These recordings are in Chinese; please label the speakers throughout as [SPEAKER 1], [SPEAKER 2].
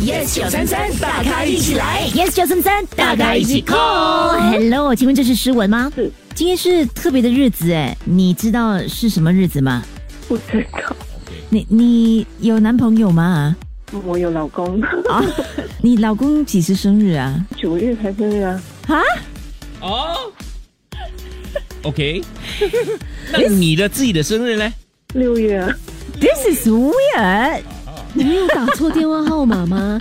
[SPEAKER 1] Yes 九三三，大咖一起来。
[SPEAKER 2] Yes，九三三，
[SPEAKER 1] 大家一起 call
[SPEAKER 2] Hello，请问这是诗文吗？
[SPEAKER 3] 是，
[SPEAKER 2] 今天是特别的日子哎，你知道是什么日子吗？
[SPEAKER 3] 不知道。
[SPEAKER 2] 你你有男朋友吗？
[SPEAKER 3] 我有老公，
[SPEAKER 2] 啊，你老公几时生日啊？
[SPEAKER 3] 九月才生日啊，
[SPEAKER 2] 啊？
[SPEAKER 1] 哦，OK，那你的自己的生日呢？
[SPEAKER 3] 六月啊，
[SPEAKER 2] This is weird。
[SPEAKER 4] 你有打错电话号 码吗？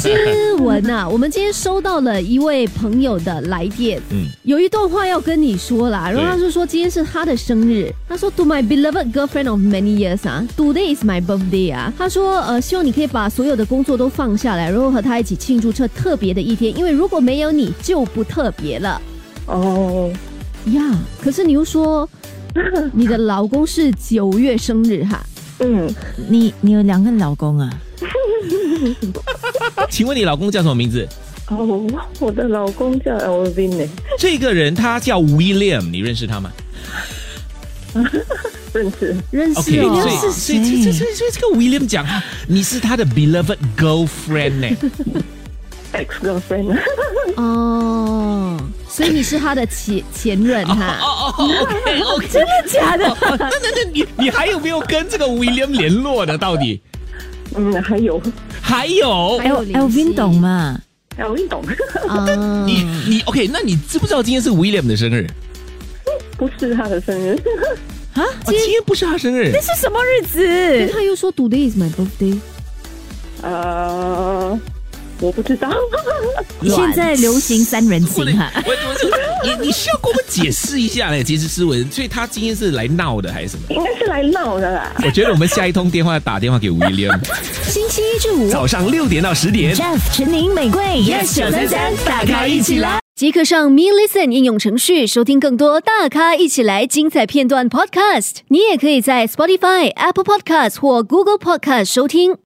[SPEAKER 4] 诗文啊，我们今天收到了一位朋友的来电，
[SPEAKER 1] 嗯
[SPEAKER 4] 有一段话要跟你说啦。然后他是说今天是他的生日，他说 To my beloved girlfriend of many years 啊，Today is my birthday 啊。他说呃，希望你可以把所有的工作都放下来，然后和他一起庆祝这特别的一天，因为如果没有你就不特别了
[SPEAKER 3] 哦，
[SPEAKER 4] 呀。可是你又说你的老公是九月生日哈，
[SPEAKER 3] 嗯，
[SPEAKER 2] 你你有两个老公啊？
[SPEAKER 1] 请问你老公叫什么名字？
[SPEAKER 3] 哦，我的老公叫 Elvin 呢、
[SPEAKER 1] 这个人他叫 William，你认识他吗
[SPEAKER 3] 认识，
[SPEAKER 4] 认识
[SPEAKER 1] OK，
[SPEAKER 4] 哦。
[SPEAKER 1] 所以所以所以所以所以所以这个 William 讲他，你是他的 beloved girlfriend 呢、
[SPEAKER 3] ex girlfriend 啊，
[SPEAKER 4] 哦，所以你是他的前前任 哈？
[SPEAKER 1] 哦哦，OK OK，真的假的？那那那你你还有没有跟这个 William 联络的？到底
[SPEAKER 3] 嗯，还有
[SPEAKER 1] 还有
[SPEAKER 4] 还有
[SPEAKER 2] L
[SPEAKER 4] 联
[SPEAKER 2] L
[SPEAKER 4] 系
[SPEAKER 2] Vin 懂吗？
[SPEAKER 3] Elvin 懂，
[SPEAKER 4] 啊，
[SPEAKER 1] 你你 OK？那你知不知道今天是 William 的生日？
[SPEAKER 3] 不是他的生日，
[SPEAKER 1] 哦今天不是他生日，
[SPEAKER 2] 这是什么日子？
[SPEAKER 4] 他又说 Today is my birthday，
[SPEAKER 3] 呃，我不知道，
[SPEAKER 2] 现在流行三人
[SPEAKER 1] 我
[SPEAKER 2] 行啊哈。
[SPEAKER 1] 我我就你你需要给我们解释一下嘞，其实思文，所以他今天是来闹的还是什么？
[SPEAKER 3] 应该是来闹的啦。
[SPEAKER 1] 我觉得我们下一通电话打电话给 William，
[SPEAKER 2] 星期一至五
[SPEAKER 1] 早上六点到十点。
[SPEAKER 2] ，Jeff、陈宁、玫瑰，Yes 九三三，大咖一起来。
[SPEAKER 4] 即刻上 Me Listen 应用程序收听更多大咖一起来精彩片段 Podcast。你也可以在 Spotify、Apple Podcast 或 Google Podcast 收听。